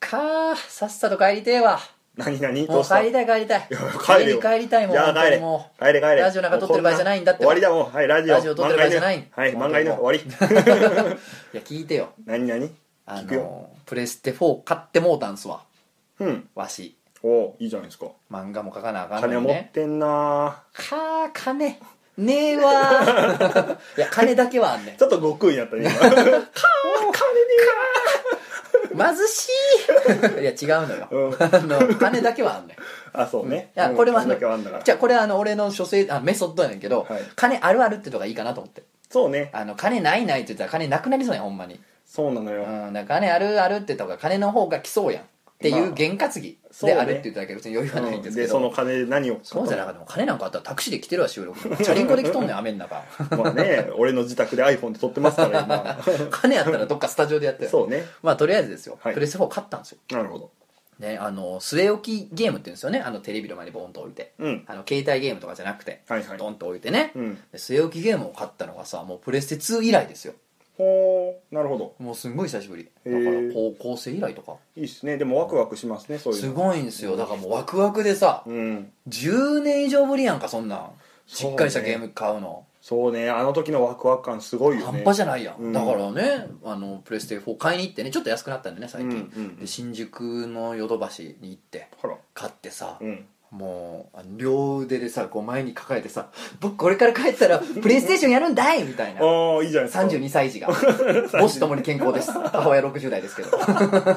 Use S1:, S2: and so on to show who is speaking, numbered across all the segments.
S1: かさっさと帰りてえわ
S2: 何何ど
S1: も
S2: う
S1: う
S2: した
S1: 帰りたい帰りたい
S2: いや 帰れ
S1: 家
S2: よ
S1: に帰りたいもん
S2: いや
S1: 本当
S2: 帰
S1: に
S2: れ
S1: もう
S2: 帰れ帰れ
S1: ラジオなんか撮ってる場合じゃないんだって
S2: 終わりだもんはいラジオ
S1: ラジオ撮ってる場合じゃない
S2: 漫画犬はい漫画犬
S1: もう
S2: 終わり
S1: いや聞いてよ
S2: 何何
S1: あ
S2: 聞くよ
S1: のプレステ4買ってもうたんすわ
S2: うん
S1: わし
S2: おおういいじゃないですか
S1: 漫画も書かなあかん
S2: 金
S1: のに
S2: 持っ
S1: ね
S2: てんな
S1: はあ金ねえわー いや金だけはあんねん
S2: ちょっと悟空になったね今
S1: 貧しいいや違うのよ、
S2: うん
S1: あの金だけはあんねん
S2: あそうね
S1: いやこれはあ
S2: うん
S1: の
S2: だけはあんだから
S1: じゃあこれはあの俺の書生あメソッドやねんけど、
S2: はい
S1: 金あるあるってとかいいかなと思って
S2: そうね
S1: あの金ないないって言ったら金なくなりそうやんほんまに、
S2: そうなの
S1: う
S2: よ
S1: ん、だから金あるあるってとか金の方が来そうやんってい
S2: ま
S1: う
S2: あ
S1: 験担ぎ
S2: そう
S1: で
S2: ね
S1: あるって言っただけ別に余裕はないんですけ
S2: で
S1: ど、
S2: その金で何を
S1: そうじゃなかったら金なんかあったらタクシーで来てるわ収録チャリンコで来とんねん雨ん中
S2: まあね 俺の自宅で iPhone で撮ってますか ら今
S1: 金あったらどっかスタジオでやって
S2: そうね
S1: まあとりあえずですよ、
S2: はい
S1: プレステ4買ったんですよ
S2: なるほど
S1: ねあの据え置きゲームって言うんですよねあのテレビの前にボンと置いて
S2: うん
S1: あの携帯ゲームとかじゃなくて、
S2: はいはい
S1: ドンと置いてね、
S2: うん
S1: で据え置きゲームを買ったのがさもうプレステ2以来ですよ
S2: ほうなるほど
S1: もうすんごい久しぶりだか
S2: へ
S1: ら
S2: ー
S1: 高校生以来とか
S2: いいっすねでもワクワクしますねそういうの
S1: すごいんですよだからもうワクワクでさ
S2: うん
S1: 10年以上ぶりやんかそんなんし
S2: そうね
S1: っかりしたゲーム買うの
S2: そうねあの時のワクワク感すごいよ
S1: 半
S2: ね
S1: 端じゃないやん、
S2: うん
S1: だからねあのプレステ4買いに行ってねちょっと安くなったんでね最近、
S2: うんうんうん
S1: で新宿のヨドバシに行って
S2: ほら
S1: 買ってさ、
S2: うん
S1: もうあの両腕でさこう前に抱えてさ「僕これから帰ったらプレイステーションやるんだい!」みたいな
S2: ああいいじゃないですか
S1: 32歳児 が母子ともに健康です母親60代ですけど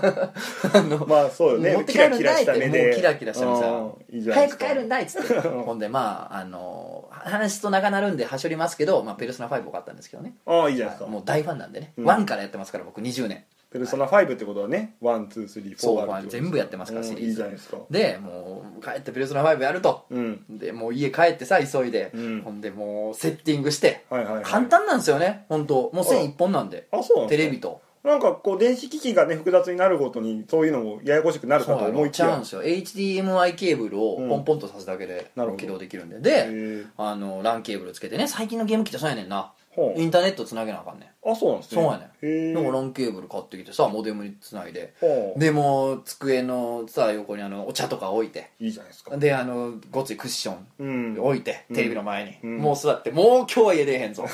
S1: あの
S2: まあそうよ
S1: 持っ
S2: ね
S1: て
S2: キ
S1: 帰
S2: ラ
S1: るん
S2: キ
S1: だ
S2: ラ
S1: いっ
S2: してた
S1: も
S2: 目
S1: う
S2: で
S1: キラキラしたのさ
S2: うんいいじゃない
S1: 早
S2: です
S1: く
S2: か
S1: 帰るんだいっつって ほんでまああの話と長なるんではしょりますけど、まあ、ペルソナ5を買ったんですけどね
S2: ああいいじゃないですか
S1: もう大ファンなんでね、
S2: うん
S1: ワン1からやってますから僕20年
S2: ペルソナ5ってことはねワンツースリーフ
S1: そ
S2: ォ
S1: う
S2: ー
S1: ま
S2: あ
S1: あ
S2: るってことです
S1: 全部やってますから
S2: う
S1: シ
S2: ん
S1: リーズ
S2: いいじゃないですか
S1: でもう帰ってペルソナ5やると
S2: うん
S1: でもう家帰ってさ急いで、
S2: うん
S1: ほんでもうセッティングして、
S2: はいはいはい
S1: 簡単なんですよね本当もう線一本なんで
S2: あそうなんで
S1: テ
S2: すか
S1: レビと
S2: なんかこう電子機器がね複雑になるごとにそういうのもややこしくなるかと思いき
S1: ちゃう
S2: や
S1: んですよ HDMI ケーブルを
S2: うん
S1: ポンポンとさすだけで
S2: なるほど
S1: 起動できるんで、
S2: へ
S1: で
S2: ー
S1: あの LAN ケーブルつけてね最近のゲーム機ってそうやねんな
S2: ほう
S1: インターネットつなげなあかんねん
S2: あそうなんですね
S1: そうやね
S2: へえ
S1: でも LAN ケーブル買ってきてさモデムにつないで
S2: ほう
S1: でもう机のさ横にあのお茶とか置いて
S2: いいじゃないですか
S1: であのごついクッション
S2: うん
S1: 置いて、
S2: うん
S1: テレビの前に、
S2: うん
S1: もう座ってもう今日は家出えへん ぞ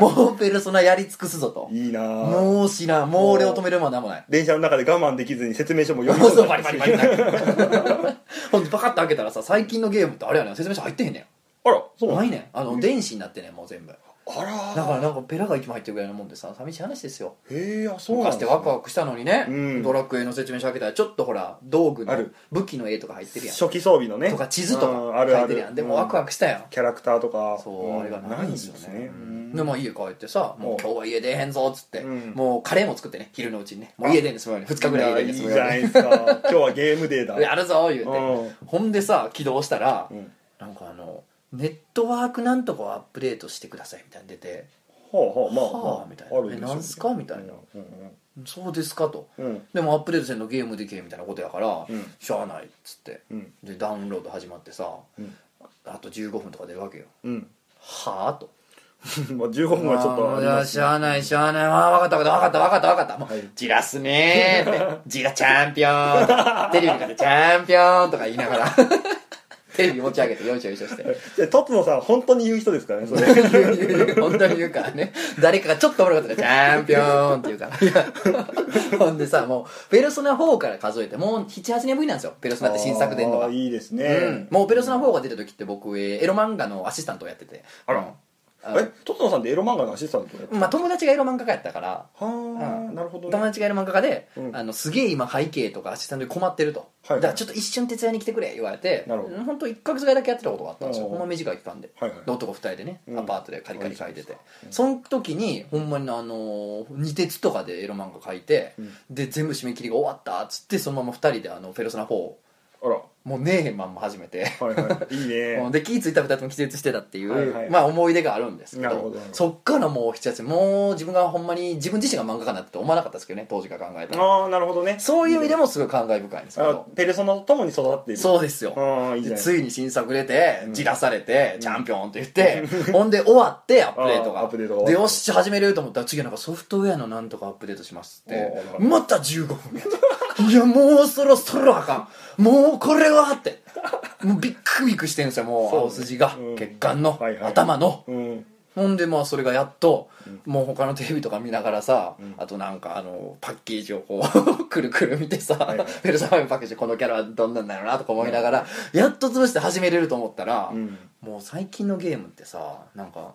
S1: もうペルソナやり尽くすぞと
S2: いいなあ
S1: もう知らんもう俺を止めるもんなんもない
S2: 電車の中で我慢できずに説明書も読み
S1: もう
S2: 込
S1: そ
S2: ん
S1: うバ
S2: だり
S1: リ
S2: し
S1: バ
S2: て
S1: リバリなほんでパカッと開けたらさ最近のゲームってあれやねん説明書入ってへんね
S2: あらそ
S1: ん
S2: うな
S1: なんいねんあの電子になってんねんもう全部
S2: あら
S1: だからなんかペラが一枚入ってるぐらいのもんでさ寂しい話ですよ
S2: へえあそうなん
S1: 昔
S2: で
S1: って
S2: すね
S1: ワクワクしたのにね、
S2: うん
S1: ドラクエの説明書開けたらちょっとほら道具の
S2: ある
S1: 武器の絵とか入ってるやん
S2: 初期装備のね
S1: とか地図と
S2: うん
S1: か
S2: ある
S1: 書い
S2: あ
S1: てる
S2: る
S1: やんでもワクワクしたやん
S2: キャラクターとか
S1: そう、
S2: ん
S1: あれがないんですよねうんで
S2: ないんですね
S1: まあ家帰ってさ「もう
S2: お
S1: 今日は家出えへんぞ」っつって、
S2: うん
S1: もうカレーも作ってね昼のうちにねもう家出んですように2日ぐらい家出ん
S2: い
S1: で
S2: い
S1: す
S2: じ
S1: よう
S2: ゃないですか今日はゲームデー
S1: にや
S2: だ
S1: るぞ言うて、
S2: う
S1: ほんでさ起動したら、
S2: うん
S1: なんかあの「ネットワークなんとかをアップデートしてください」みたいなの出て
S2: ほうほうまあ
S1: はあ
S2: まあ
S1: みたいな
S2: でしょう
S1: えなんすかみたいな
S2: う
S1: 「そうですか」と。
S2: んうんうん
S1: でもアップデートせんのゲームできへんみたいなことやから、
S2: うん
S1: しゃあないっつって
S2: うん
S1: でダウンロード始まってさ
S2: うん
S1: あと15分とか出るわけよ
S2: うん
S1: はあと
S2: まあ15分はちょっとあり
S1: まあ
S2: ます
S1: しゃあないしゃあないああ分かった分かった分かった分かった分かったも
S2: は
S1: う
S2: い
S1: じらすねーってじらチャンピオンと かテレビに向かってチャンピオンとか言いながら テレビ持ち上げてよいしょよいしょして
S2: じゃあトッツノさん本当に言う人ですから ねそれ
S1: 言う言う言う本当に言うからね誰かがちょっとおもろかったら「チャンピオン」って言うからいやほんでさもう「ペルソナ4」から数えてもう78年ぶりなんですよ「ペルソナ」って新作出んのが
S2: あーいいですね
S1: うん、もう「ペルソナ4」が出た時って僕えーエロ漫画のアシスタントをやってて
S2: あら
S1: うんあの
S2: えトッツノさんってエロ漫画のアシスタントやった
S1: まあ友達がエロ漫画家やったからう
S2: はあ
S1: ん
S2: なるほど
S1: 友
S2: ね
S1: 達がやる漫画家で、
S2: うん
S1: あのすげえ今背景とかアシスタントに困ってると、
S2: はいはい
S1: だからちょっと一瞬手伝いに来てくれ言われて
S2: なるほど
S1: うんんと1か月ぐらいだけやってたことがあったんですよ
S2: おう
S1: ほんま短い期間で,、
S2: はいはい
S1: で男2人でね
S2: うん
S1: アパートでカリカリ書いてて、
S2: あいいじゃないです
S1: そ
S2: かうん
S1: の時にほんまにあのー二鉄とかでエロ漫画書いて、
S2: うん
S1: で全部締め切りが終わったっつってそのまま2人であの「フェルソナ4」も
S2: あら
S1: うねえへんまんま始めて。
S2: はいはいいい ね
S1: で気付いたら2人とも気絶してたっていう、
S2: はいはい
S1: まあ、思い出があるんですけど
S2: なるほど
S1: そっからもう7月もう自分がほんまに自分自身が漫画家になって思わなかったですけどね当時から考えたら
S2: ああなるほどね
S1: そういう意味でもすごい感慨深いんですけ
S2: あ
S1: ど
S2: ペルソナと共に育っている
S1: そうですよ
S2: ああいいじ
S1: で
S2: ゃない
S1: ついに新作出て
S2: うん
S1: じらされて、チャンピオンって言って、ほんで終わってアップデート
S2: あ
S1: が
S2: あアップデートが
S1: でよっしゃ始めると思ったら次はなんかソフトウェアのなんとかアップデートしますって
S2: おうおう
S1: また15分やったいやもうそろそろあかんもうこれはってもうビックビックしてるんですよもう
S2: そうね
S1: 青筋が、
S2: うん
S1: 血管の、
S2: はいはい
S1: 頭の
S2: うん
S1: ほんでまあそれがやっと、もう他のテレビとか見ながらさ、あとなんかあのパッケージをこう くるくる見てさ、
S2: いはい
S1: ペルサファイのパッケージこのキャラはどんなんだろうなとか思いながら、やっと潰して始めれると思ったら、
S2: うん
S1: もう最近のゲームってさなんか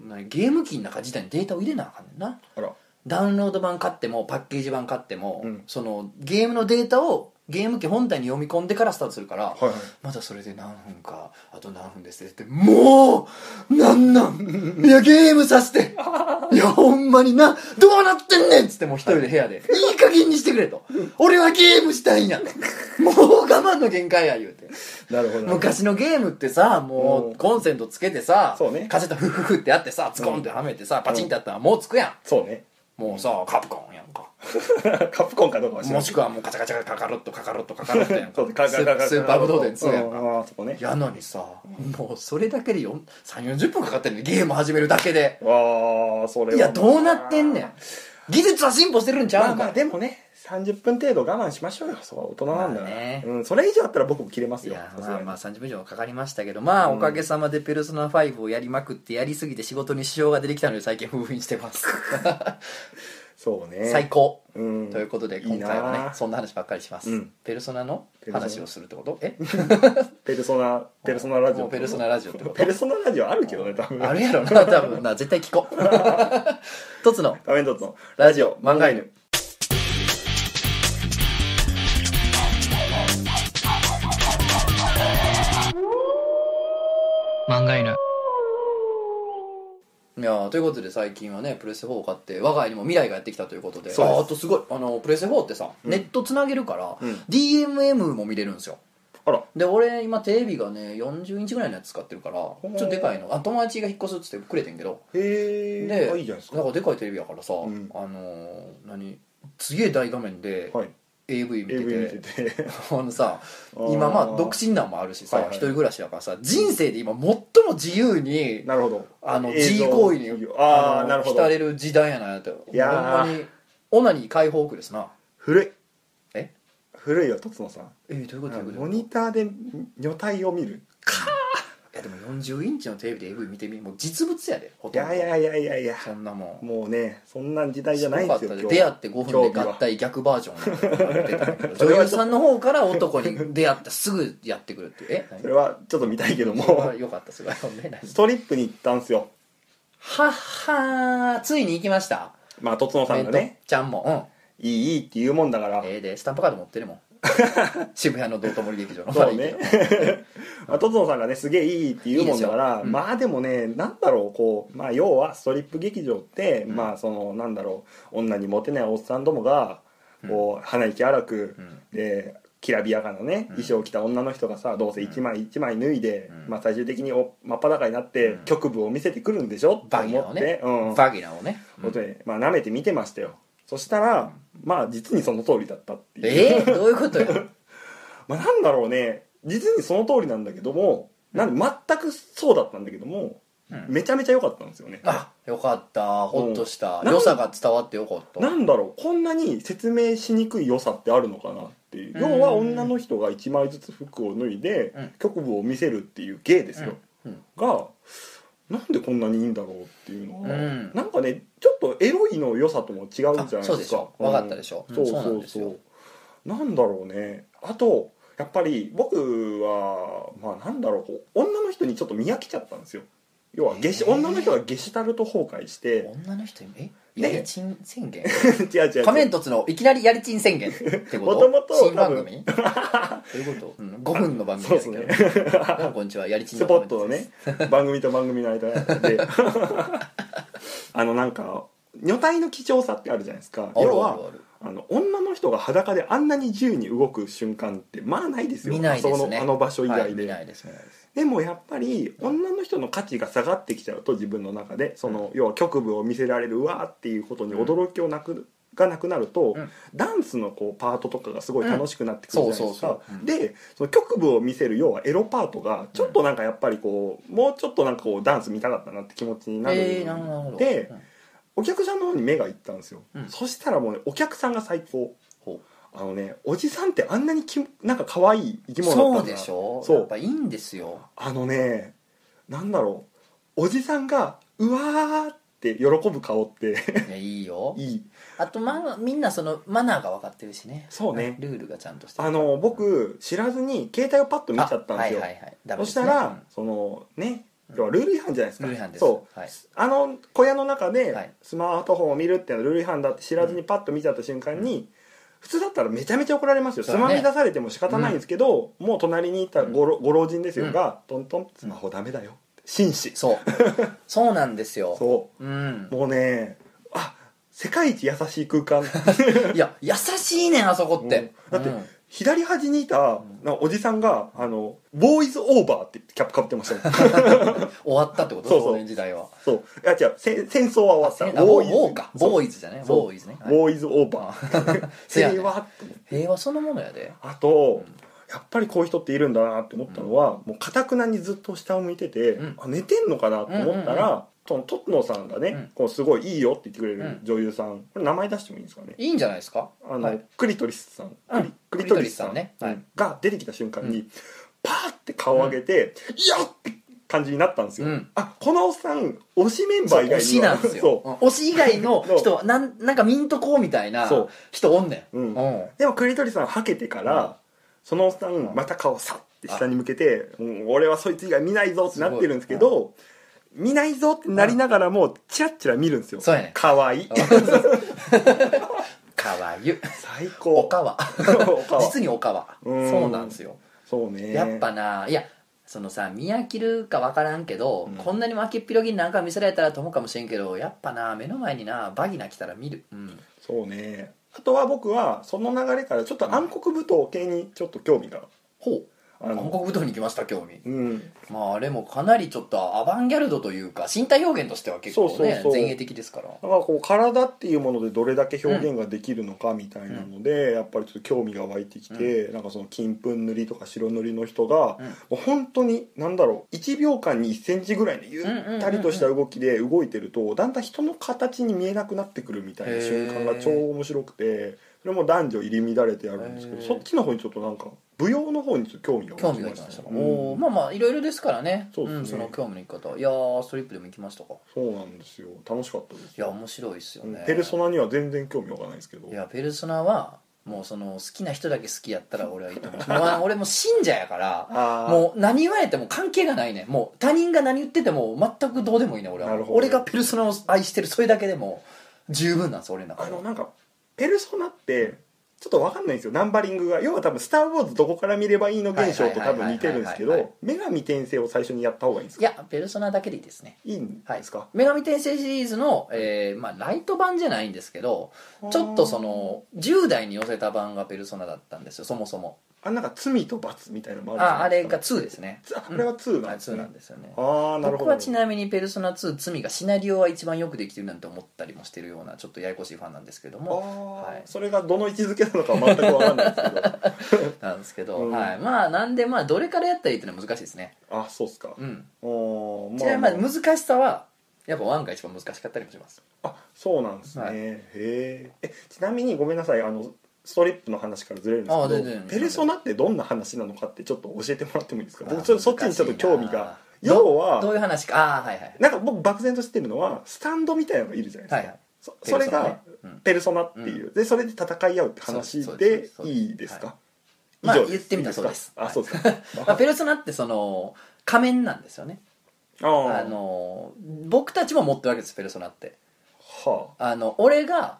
S1: なゲーム機の中自体にデータを入れなあかんねんな
S2: あら
S1: ダウンロード版買ってもパッケージ版買っても、
S2: うん
S1: そのゲームのデータをゲーム機本体に読み込んでからスタートするから、
S2: はいはい
S1: まだそれで何分かあと何分ですってもうなんなんいやゲームさせていやほんまになどうなってんねんっつってもう一人で部屋でいい加減にしてくれと俺はゲームしたいんやもう我慢の限界や言うて
S2: なるほどなるほど
S1: 昔のゲームってさも
S2: うん
S1: うコンセントつけてさ
S2: そうね
S1: カセットフフフってやってさツコンってはめてさパチンってやったらもうつくや
S2: そうね
S1: んもうさカプコンやんか
S2: カプコンかどうかは知
S1: も
S2: らない
S1: しくはもうカチャカチャカカロットカカロットカカロットやんか
S2: そうねカ
S1: ス
S2: カカカ
S1: スーパーブドウ電2やんか
S2: うんああそこね
S1: やのにさもうそれだけで3 4 0分かかってるねゲーム始めるだけで
S2: わあそれはい
S1: やどうなってんねん技術は進歩してるんちゃ
S2: ま
S1: う
S2: あ
S1: ん
S2: ま
S1: か
S2: あでもね30分程度我慢しましょうよそこは大人なんだか
S1: まあね
S2: らうんそれ以上あったら僕も切れます
S1: い
S2: よ
S1: や
S2: さすが
S1: まあ
S2: に
S1: まあ30分以上かかりましたけどまあおかげさまで「ペルソナ5をやりまくってやりすぎて仕事に支障が出てきたので最近封印してます
S2: そう ね
S1: 最高
S2: うん
S1: ということで今回はい
S2: い
S1: ね
S2: な
S1: そんな話ばっかりします
S2: うん
S1: ペルソナの
S2: ペルソナ
S1: 話をするってことえ
S2: ペルソナペルソナラジ
S1: も
S2: オ
S1: うペルソナラジオってこと
S2: ペルソナラジオあるけどね多分
S1: あるやろな多分な絶対聞こ う一つの
S2: 画面どうぞ
S1: ラジオ漫画犬
S3: 漫画犬
S1: いやーということで最近はねプレステ4を買って我が家にも未来がやってきたということで
S2: そうです
S1: あーあとすごいあのプレステ4ってさ、ネットつなげるから、
S2: うん
S1: DMM も見れるんですよ
S2: あら
S1: で俺今テレビがね40インチぐらいのやつ使ってるからちょっとでかいのあ友達が引っ越すっつってくれてんけど
S2: へ
S1: で
S2: えあいいじゃないですか
S1: んかでかいテレビやからさ、
S2: ん
S1: あのー何すげえ大画面で
S2: はい
S1: AV 見てて、
S2: AV 見てて
S1: あのさ
S2: あー
S1: 今まあ独身男もあるしさ、
S2: はいはい
S1: 一人暮らしだからさ人生で今最も自由に
S2: なるほど
S1: あの
S2: 映
S1: G
S2: 像
S1: 行為に
S2: あ
S1: あ
S2: あ
S1: の
S2: なるほど
S1: 浸れる時代やなってほ
S2: いやー
S1: んまにオナニー解放区ですな
S2: 古い
S1: え
S2: 古いよ辰野さん
S1: えー、どういうことどういうこ
S2: モ
S1: と
S2: ニターで女体を見る
S1: いやでも40インチのテレビで AV 見てみもう実物やでほ
S2: い
S1: とんど
S2: やいやいやいやいや
S1: そんなもん
S2: もうねそんな時代じ
S1: す
S2: ゃ
S1: ご
S2: ないん
S1: かっ
S2: です
S1: たで
S2: よ今日
S1: 出会って5分で
S2: 競技
S1: 合
S2: は
S1: 体逆バージョン
S2: それ
S1: 女
S2: はちょっと
S1: 優さんの方から男に出会ってすぐやってくるってえ
S2: それはちょっと見たいけど
S1: それは
S2: も
S1: よかったすごいほんで何
S2: ストリップに行ったんですよ
S1: はっはーついに行きました
S2: まあとつのさんが
S1: メン
S2: ね
S1: トちゃんも、
S2: いいいいって言うもんだから
S1: うん、ええでスタンプカード持ってる もん渋谷の道頓堀劇場の
S2: そうね
S1: まだいいけど
S2: まあ、とつのさんがねすげえいいって言うもんだから
S1: いいですようん
S2: まあでもねなんだろうこうまあ要はストリップ劇場って、
S1: うん
S2: まあそのなんだろう女にモテないおっさんどもがこう鼻息荒く、
S1: うん
S2: できらびやかなね、衣装を着た女の人がさどうせ一枚一枚脱いで、
S1: うん
S2: まあ、最終的にお真っ裸になって、
S1: うん
S2: 局部を見せてくるんでしょって
S1: バギ
S2: 思
S1: ナを
S2: っ
S1: ね
S2: て、うん、
S1: バギナをね、うん
S2: ことでまあ舐めて見てましたよそしたら、まあ実にその通りだったっていう
S1: えー、どういうこと よ
S2: まあ、なんだろうね実にその通りなんだけどもなん全くそうだったんだけども、
S1: うん
S2: めちゃめちゃ良かったんですよね
S1: あよかったほっとした
S2: うん
S1: 良さが伝わってよかった
S2: なんだろうこんなに説明しにくい良さってあるのかなっていう要は
S1: うん
S2: 女の人が1枚ずつ服を脱いで、
S1: うん
S2: 局部を見せるっていう芸ですよ、
S1: うん
S2: がなんでこんなにいいんだろうっていうのは、
S1: うん
S2: なんかねちょっとエロいの良さとも違うじゃな
S1: あ
S2: いですか
S1: そうでしょ
S2: うん
S1: 分かったでしょ、う
S2: そ
S1: ん
S2: う
S1: そうな
S2: そ
S1: ん
S2: う
S1: です
S2: そ
S1: よ
S2: うなんだろうねあとやっぱり僕はまあなんだろうこう女の人にちょっと見飽きちゃったんですよ要はゲシ、
S1: えー
S2: 女の人がゲシュタルト崩壊して
S1: 女の人にえや
S2: ね
S1: りちん宣言
S2: 違う違う違う
S1: 仮面凸のいきなりやりちん宣言ってこと
S2: 元々
S1: 新番組どういうこと、 うん、5分の番組だけど、
S2: そう
S1: どう もこんにちはやりちん
S2: ス
S1: の
S2: ポ
S1: 仮
S2: ッ
S1: 面
S2: ト
S1: 凸
S2: の
S1: です
S2: ね番組と番組の間で あのなんか女体の貴重さってあるじゃないですか
S1: ある
S2: 要
S1: あるあ
S2: は
S1: る
S2: あの女の人が裸であんなに自由に動く瞬間ってまあないですよ
S1: 見ないですね
S2: あそこのあの場所以外
S1: はい、見
S2: で、
S1: ないです見ないです
S2: でもやっぱり女の人の価値が下がってきちゃうと自分の中でその要は局部を見せられるわっていうことに驚きをなく、がなくなると、
S1: うん
S2: ダンスのこうパートとかがすごい楽しくなってくるじゃないです
S1: うん
S2: か
S1: そうそうそううん
S2: でその局部を見せる要はエロパートがちょっとなんかやっぱりこうもうちょっとなんかこうダンス見たかったなって気持ちになる
S1: えー、なるほどなるほど
S2: で
S1: うん
S2: お客さんの方に目がいったんですよ、
S1: うん
S2: そしたらもうねお客さんが最高
S1: ほ
S2: あのねおじさんってあんなにきなんか可愛い生き物だ
S1: そう
S2: ったんだ
S1: でしょ
S2: そう
S1: やっぱいいんです よ
S2: あのねなんだろうおじさんがうわーって喜ぶ顔って
S1: いやいいよ
S2: いい
S1: あと、まあ、みんなそのマナーが分かってるしね
S2: そうね
S1: ルールがちゃんとしてる
S2: あの僕知らずに携帯をパッと見ちゃったんですよ、
S1: あはいはいはいダメ
S2: そ
S1: で
S2: し
S1: す
S2: た
S1: ね
S2: ら、
S1: うん
S2: そのね要はルール違反じゃないですか
S1: ルール違反です
S2: そう
S1: はい
S2: あの小屋の中
S1: は
S2: で
S1: い
S2: スマートフォンを見るっていうのはルール違反だって知らずにパッと見ちゃった瞬間に、普通だったらめちゃめちゃ怒られますよ、
S1: そうだ
S2: つ
S1: ね
S2: まみ出されても仕方ないんですけど、もう隣にいたごろご老人ですよが、トントンスマホダメだよ紳士
S1: そうそうなんですよ
S2: そううんもうねあ世界一優しい 空間
S1: いや優しいねんあそこって、
S2: うんだって
S1: うん
S2: 左端にいたなんかおじさんが「あのボーイズオーバー」ってキャップかぶってまし た
S1: 終
S2: よ
S1: わったってこと
S2: そうそう
S1: 少年時代は
S2: そういや違う戦戦争は
S1: あ
S2: 終
S1: せ
S2: わ
S1: ん
S2: った
S1: あボ
S2: ボー
S1: ー
S2: イ
S1: ボ
S2: ズ
S1: ーか
S2: そう
S1: ボーイズじゃね
S2: そう
S1: ボーイズねはい
S2: ボーイズオーバー
S1: せやね
S2: 平和って思って
S1: 平和そのものやで
S2: あと、やっぱりこういう人っているんだなって思ったのは、もうかたくなにずっと下を向いてて、
S1: うん
S2: あ寝てんのかなと思ったら、
S1: うん
S2: そのトッノさんがね、
S1: うん
S2: こうすごいいいよって言ってくれ
S1: う
S2: る
S1: ん
S2: 女優さん、これ名前出してもいいんですかね
S1: いいんじゃないですか
S2: あの、
S1: はい
S2: クリトリスさん、
S1: うん
S2: ク
S1: クリ
S2: リト
S1: ト
S2: リ
S1: リ
S2: ス
S1: ス
S2: さ
S1: さ
S2: ん
S1: んねはい
S2: が出てきた瞬間に、パーって顔を上げて、いやっって感じになったんですよ、
S1: うん
S2: あこのおっさん推しメンバー以
S1: 推
S2: 外に
S1: し
S2: は
S1: なんですよ
S2: そう
S1: うん推し以外の人はなんなんかミントコーみたいな
S2: そう
S1: 人おんねん
S2: うん
S1: うん
S2: でもクリトリさんはけてから、
S1: うん
S2: そのおっさんまた顔をさって下に向けて「うん俺はそいつ以外見ないぞ」ってなってるんですけど、見ないぞってなりながらもチラッチラ見るんですよ
S1: そうやね
S2: かわいい
S1: かわゆ
S2: 最
S1: お
S2: 高
S1: かわ
S2: おかわ
S1: 実におかわ
S2: うん
S1: そうなんですよ
S2: そうね
S1: やっぱないやそのさ見飽きるか分からんけど、
S2: うん
S1: こんなに負けっぴろぎになんか見せられたらと思うかもしれんけどやっぱな目の前になバギナ来たら見る、うん、
S2: そうねあとは僕はその流れからちょっと暗黒舞踏系にちょっと興味が
S1: ほう
S2: あの
S1: 韓国舞踏に来ました興味
S2: うん
S1: まああれもかなりちょっとアバンギャルドというか身体表現としては結構ね
S2: そうそうそう
S1: 前衛的ですから
S2: だからこう体っていうものでどれだけ表現ができるのかみたいなので、やっぱりちょっと興味が湧いてきて、なんかその金粉塗りとか白塗りの人が、
S1: うん
S2: もう本当に何だろう1秒間に1センチぐらいのゆったりとした動きで動いてると、だんだん人の形に見えなくなってくるみたいな瞬間が超面白くてそれも男女入り乱れてやるんですけど
S1: へー
S2: そっちの方にちょっとなんか舞踊の方にちょっと興味が
S1: 興
S2: 湧き
S1: 味が
S2: ま
S1: き
S2: し
S1: ましたたか、
S2: ねう
S1: おー
S2: ん
S1: まあまあいろいろですからね
S2: そうですね
S1: ん、その興味の行き方いやーストリップでも行きましたか
S2: そうなんですよ楽しかったです
S1: いや面白いですよね、
S2: うんペルソナには全然興味わかないですけど
S1: いやペルソナはもうその好きな人だけ好きやったら俺はいいと思うもうあの俺も信者やから
S2: あー
S1: もう何言われても関係がないねもう他人が何言ってても全くどうでもいいね俺は
S2: なるほど
S1: 俺がペルソナを愛してるそれだけでも十分なんです俺の中
S2: あ
S1: では
S2: のなんかペルソナってちょっとわかんないんですよナンバリングが要は多分「スター・ウォーズどこから見ればいいの?」現象と多分似てるんですけ
S1: はいはいはいはいはいはい
S2: ど女神転生を最初にやった方がいいんです
S1: い
S2: か
S1: やペルソナだけでいいですね
S2: いいん
S1: はい
S2: ですか、
S1: 女神転生シリーズの、えーまあ、ライト版じゃないんですけどちょっとその10代に寄せた版がペルソナだったんですよそもそも
S2: あなんか罪と罰みたいなのも
S1: ああ
S2: ある
S1: れ
S2: んで
S1: が
S2: す
S1: 2ですね
S2: かああれは2なんです
S1: 2な
S2: ね
S1: んですよね
S2: ああなる
S1: 僕
S2: ほど
S1: はちなみに「ペルソナ2罪」がシナリオは一番よくできてるなんて思ったりもしてるようなちょっとややこしいファンなんですけど
S2: あ
S1: も
S2: ー
S1: はい
S2: それがどの位置づけなのかは全くわかんないですけど
S1: なんですけど、
S2: うん
S1: はい、まあなんでまあどれからやったらいいっていうのは難しいですね
S2: あそうっすか
S1: うん
S2: おー
S1: ちなみにま
S2: ま
S1: あ難しさはやっぱ1が一番難しかったりもします
S2: あそうなんですね、
S1: はい
S2: へーえちなみにごめんなさいあのストリップの話からずれるんです
S1: あ
S2: け
S1: 全
S2: ど
S1: 然
S2: ペルソナってどんな話なのかってちょっと教えてもらってもいいですか
S1: あ
S2: 僕ちょっとそっちにちょっと興味が
S1: 難しいな
S2: 要
S1: どう
S2: は
S1: いう話かああはいはい
S2: なんか僕漠然と知ってるのはスタンドみたいなのがいるじゃないですか、
S1: はいはい
S2: そそれが
S1: ペルソナねうん
S2: ペルソナっていう、でそれで戦い合うって話
S1: そうで
S2: です
S1: そうです
S2: いいですか、
S1: はい
S2: 以上
S1: まあ言ってみたらそうです
S2: いいかあそうですか
S1: まあ、ペルソナってその仮面なんですよね
S2: あー
S1: あの僕たちも持ってるわけですペルソナって
S2: は
S1: あの俺が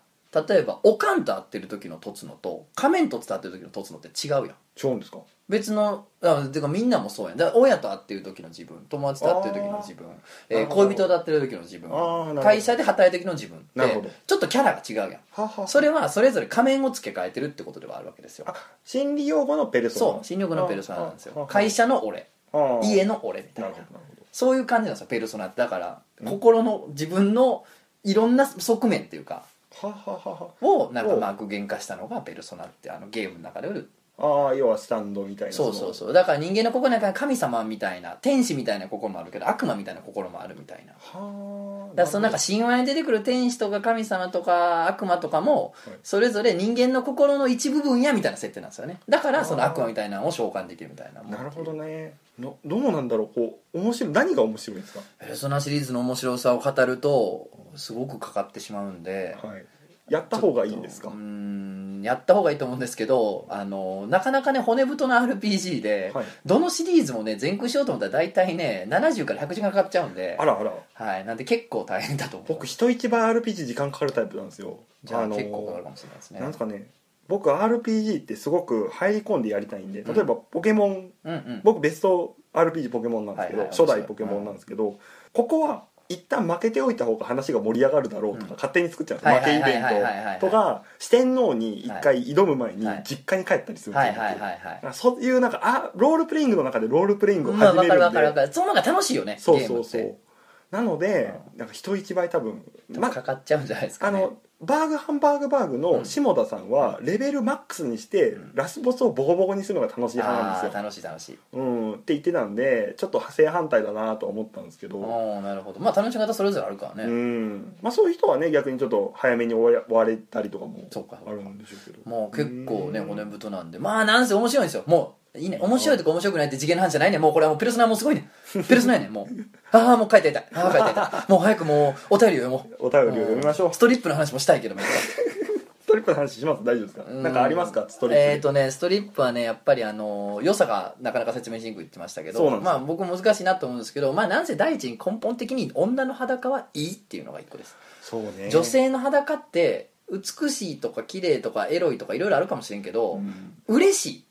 S1: 例えばおかんと会ってる時のとつのと仮面とつと会ってる時のとつのって違うやん
S2: あ違うんですか
S1: 別のあてかみんなもそうやんだから親と会ってる時の自分友達と会ってる時の自分、え
S2: なる
S1: ー
S2: ほど
S1: 恋人と会ってる時の自
S2: あーなるほ
S1: 分
S2: ど
S1: 会社で働いてる時の自分っ
S2: なるほど
S1: てちょっとキャラが違うやん
S2: はは
S1: それはそれぞれ仮面を付け替えてるってことではあるわけですよ
S2: あ心理用語のペルソ
S1: そ
S2: ナ
S1: う新緑のペルソナなんです
S2: あああ
S1: よ会社の俺
S2: あー
S1: 家の俺みたい
S2: な
S1: な
S2: るほどなるほど
S1: そういう感じなんですよペルソナってだから心の自分のいろんな側面っていうか
S2: はははは
S1: をなんか
S2: お
S1: まあ具現化したのがペルソナってあのゲームの中である
S2: ああ要はスタンドみたいな
S1: そうそう
S2: う
S1: そうだから人間の心の中に神様みたいな天使みたいな心もあるけど悪魔みたいな心もあるみたいな
S2: はあ
S1: だからそのなんか神話に出てくる天使とか神様とか悪魔とかも
S2: はい
S1: それぞれ人間の心の一部分やみたいな設定なんですよねだからその悪魔みたいなのを召喚できるみたいな
S2: なるほどねのどうなんだろうこう面白い何が面白いですか
S1: ペルソナシリーズの面白さを語るとすごくかかってしまうんで
S2: はいやった方がいいんですか
S1: うーんやった方がいいと思うんですけどあのなかなかね骨太な RPG で、
S2: はい
S1: どのシリーズもね全空しようと思ったら大体ね70から100時間かかっちゃうんで
S2: あらあら
S1: はい、なんで結構大変だと思う
S2: 僕人一倍 RPG 時間かかるタイプなんですよ
S1: じゃあ
S2: の
S1: 結構かかるかもしれないですね
S2: なんですかね僕 RPG ってすごく入り込んでやりたいんで
S1: うん
S2: 例えばポケモン、
S1: うんうん
S2: 僕ベスト RPG ポケモンなんですけど、
S1: はいはい
S2: 初代ポケモンなんですけど、ここは一旦負けておいた方が話が盛り上がるだろうとか、
S1: うん
S2: 勝手に作っちゃうんです
S1: はい
S2: よ
S1: はい
S2: 負け
S1: は
S2: イ
S1: いはいはいはい
S2: ベントとか四天王に一回挑む前に
S1: はい
S2: 実家に帰ったりするん
S1: は
S2: で
S1: い
S2: すよ、
S1: はいはい
S2: 僕
S1: はい
S2: なんかそういうなんかあロールプレイングの中でロールプレイングを
S1: まあ
S2: 始
S1: 分
S2: め
S1: か
S2: る
S1: る
S2: んで、
S1: 分かる分かるその方が楽しいよね
S2: そうそうそ
S1: ゲームっ
S2: うなので、なんか人一倍多分
S1: て
S2: ま
S1: かかっちゃうんじゃないです
S2: あ
S1: かね
S2: のバーグハンバーグバーグ
S1: う
S2: の
S1: ん
S2: 下田さんはレベルマックスにして
S1: ん
S2: ラスボスをボコボコにするのが楽しい派なん
S1: あ
S2: です
S1: ー
S2: よ、
S1: 楽しい楽しい
S2: うん、って言ってたんでちょっと派生反対だなとは思ったんですけど、
S1: おーなるほどまあ楽しみ方それぞれあるから
S2: う
S1: ね
S2: んまあ、そういう人はね逆にちょっと早めに終わ終われたりとかも
S1: そうかそう
S2: あ
S1: か
S2: るんでしょうけど
S1: もう結構ね
S2: うん
S1: 骨太なんでまあなんせ面白いんですよもういいね面白いとか面白くないって次元の話じゃないねもうこれはもうペルソナもうすごいねペルソナやねも うああもう書いてやりたいああ書いてやりたいもう早くもうお便りを読もう
S2: お便りを読みましょう、
S1: ストリップの話もしたいけどめっちゃ
S2: ストリップの話します大丈夫ですか、
S1: うん
S2: なんかありますかストリップで
S1: えー、とねストリップはねやっぱりあの良さがなかなか説明しにくいって言ってましたけ
S2: そ
S1: ど
S2: うなんです
S1: ま
S2: よ
S1: あ僕難しいなと思うんですけどまあなんせ第一に根本的に女の裸はいいっていうのが一個です、
S2: そうね
S1: 女性の裸って美しいとか綺麗とかエロいとかいろいろあるかもしれんけど、
S2: うん
S1: 嬉しい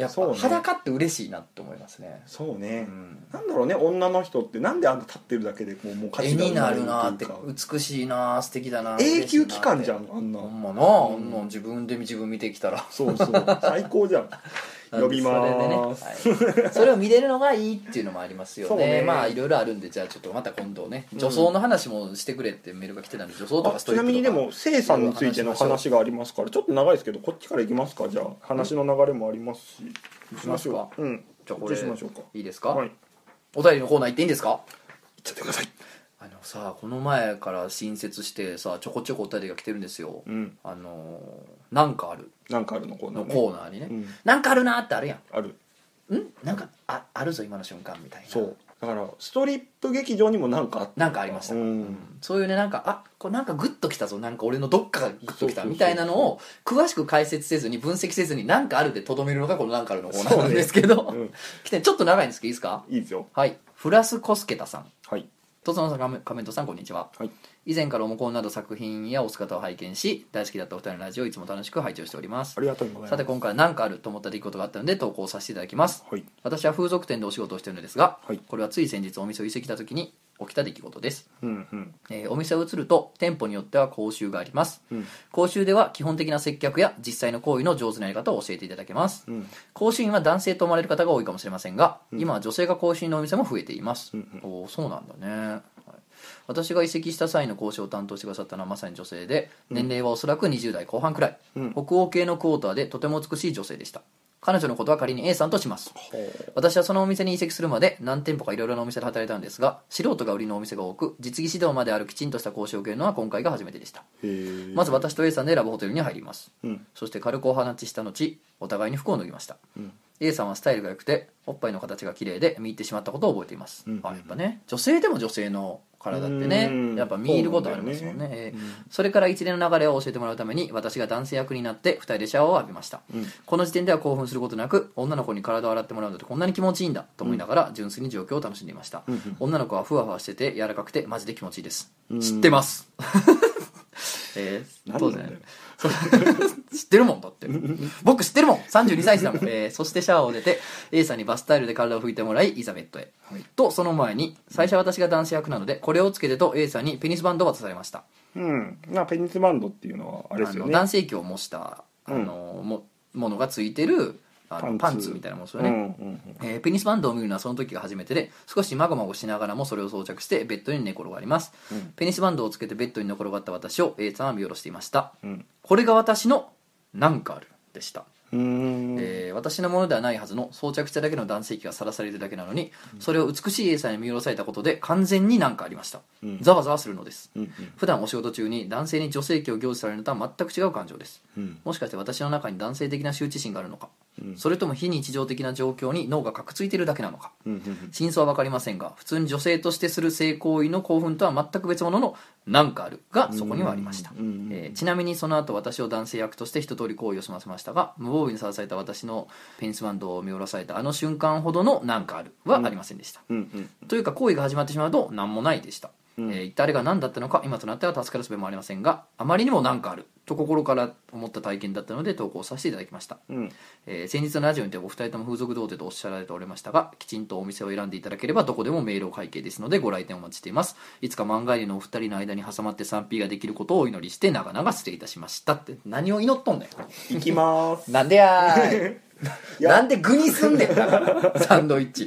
S1: やっ
S2: そう
S1: ぱ
S2: ね
S1: 裸って嬉しいなって思いますね
S2: そう
S1: う
S2: ね、
S1: ん
S2: なんだろうね女の人ってなんであんな立ってるだけでこうもう価
S1: 絵
S2: 値が
S1: に
S2: 生ま
S1: な
S2: れ
S1: る
S2: る
S1: なっ
S2: とい
S1: て
S2: うか
S1: 美しいな素敵だな
S2: 永久期間じゃ
S1: 嬉しい
S2: んあんな
S1: なってほんまなあ
S2: うん
S1: んなん自分で自分見てきたら
S2: そうそう最 高じゃん呼びまーす
S1: それでね、はい、それを見れるのがいいっていうのもありますよ
S2: そう
S1: ね
S2: ね
S1: まあいろいろあるんでじゃあちょっとまた今度ね
S2: うん
S1: 女装の話もしてくれってメールが来てたんで女装と
S2: あ
S1: かス
S2: ち
S1: トリ
S2: な
S1: ップとか
S2: みにでも生さんについての話がありますからちょっと長いですけどこっちからいきますかじゃあ話の流れもありますし
S1: しますか
S2: ううん
S1: じゃあこれ
S2: しましょうか
S1: いいですか、
S2: はい行
S1: お
S2: っ
S1: 便りのコーナー行っていいんですか
S2: ちゃってください
S1: あのさこの前から新設してさちょこちょこお便りが来てるんですよ、
S2: うん
S1: あのーなんかある」
S2: なんかあるのこんな
S1: の
S2: のね
S1: コーナーにね「
S2: うん
S1: なんかあるな」ってあるやん
S2: ある
S1: 「んなんかああるぞ今の瞬間」みたいな
S2: そうだからストリップ劇場にもなんかあった
S1: なんかありました、
S2: うん
S1: そういうねなんかあこれなんかグッときたぞなんか俺のどっかがグッとき
S2: そうそう
S1: た
S2: そう
S1: みたいなのを詳しく解説せずに分析せずになんかあるでとどめるのがこのなんかあるのコーナーなんですけど、
S2: そうねうん
S1: 来てちょっと長いんですけどいいですか
S2: いいですよ
S1: はいフラスコスケタさん
S2: はい
S1: とつのさんカメカメントさんこんにちは
S2: はい
S1: 以前からオモコンなど作品やお姿を拝見し大好きだったお二人のラジオをいつも楽しく拝聴しております
S2: ありがとうございます
S1: さて今回は何かあると思った出来事があったので投稿させていただきます
S2: はい
S1: 私は風俗店でお仕事をしているのですが、
S2: はい
S1: これはつい先日お店を移籍した時に起きた出来事です
S2: うんうん
S1: えーお店を移ると店舗によっては講習があります、
S2: うん
S1: 講習では基本的な接客や実際の行為の上手なやり方を教えていただけます、
S2: うん
S1: 講習員は男性と思われる方が多いかもしれませんが、今は女性が講習員のお店も増えています、
S2: うん
S1: おーそうなんだね、はい私が移籍した際の講師を担当してくださったのはまさに女性で年齢はおそらく20代後半くらい、
S2: うん
S1: 北欧系のクォーターでとても美しい女性でした彼女のことは仮に A さんとします
S2: ほう
S1: 私はそのお店に移籍するまで何店舗かいろいろなお店で働いたんですが素人が売りのお店が多く実技指導まであるきちんとした講師を受けるのは今回が初めてでした
S2: へー
S1: まず私と A さんでラブホテルに入ります
S2: うん
S1: そして軽くお話しした後お互いに服を脱ぎました、
S2: うん
S1: A さんはスタイルが良くておっぱいの形が綺麗で見入ってしまったことを覚えています、
S2: うん
S1: あやっぱね女性でも女性の体って
S2: うん
S1: ねやっぱ見入ることありますもん
S2: そうな
S1: ね
S2: んだよね
S1: えー
S2: うん
S1: それから一連の流れを教えてもらうために私が男性役になって2人でシャワーを浴びました、
S2: うん
S1: この時点では興奮することなく女の子に体を洗ってもらうのってこんなに気持ちいいんだと思いながら純粋に状況を楽しんでいました、
S2: うん
S1: 女の子はふわふわしてて柔らかくてマジで気持ちいいです、
S2: うん
S1: 知ってます えー、
S2: 何なんだよ
S1: そう 知ってるもんだって僕知ってるもん32歳児だもん、えーそしてシャワーを出て A さんにバスタイルで体を拭いてもらいいざベッドへ、
S2: はい
S1: とその前に最初は私が男性役なのでこれをつけてと A さんにペニスバンドを渡されました
S2: うん、なペニスバンドっていうのはあれですよ
S1: あの
S2: ね
S1: 男性器を模したあ
S2: うん
S1: の、もものがついてるあの
S2: パ
S1: パ
S2: ンツ
S1: ンツみたいなものですよね、
S2: うんうん
S1: えーペニスバンドを見るのはその時が初めてで少しまごまごしながらもそれを装着してベッドに寝転がります、
S2: うん
S1: ペニスバンドをつけてベッドに寝転がった私を A さんは見下ろしていました
S2: うん
S1: これが私の「なんかある」でした、
S2: うーん
S1: えー私のものではないはずの装着しただけの男性器がさらされてるだけなのに、それを美しい A さんに見下ろされたことで完全になんかありました、
S2: うん
S1: ざわざわするのです、
S2: うん
S1: 普段お仕事中に男性に女性器を行使されるのとは全く違う感情です
S2: うん
S1: もしかして私の中に男性的な羞恥心があるのか、
S2: うん
S1: それとも非日常的な状況に脳がかくついているだけなのか
S2: うんうん
S1: 真相は分かりませんが普通に女性としてする性行為の興奮とは全く別物の「なんかある」がそこにはありました、
S2: うんうん
S1: えーちなみにその後私を男性役として一通り行為を済ませましたが無防備にさらされた私のペニスバンドを見下ろされたあの瞬間ほどの「なんかある」はありませんでした、
S2: うんうん
S1: というか行為が始まってしまうと何もないでした、
S2: うん
S1: えー一体あれが何だったのか今となっては助かる術もありませんがあまりにも何かあると心から思った体験だったので投稿させていただきました
S2: うん
S1: えー先日のラジオにてお二人とも風俗童貞とおっしゃられておりましたがきちんとお店を選んでいただければどこでもメールを会計ですのでご来店お待ちしていますいつか漫画家のお二人の間に挟まって 3P ができることをお祈りして長々失礼いたしましたって何を祈っとんだよ
S2: 行きまー す
S1: なんでやーい
S2: いや
S1: なんで具にす んねんだからサンドイッチ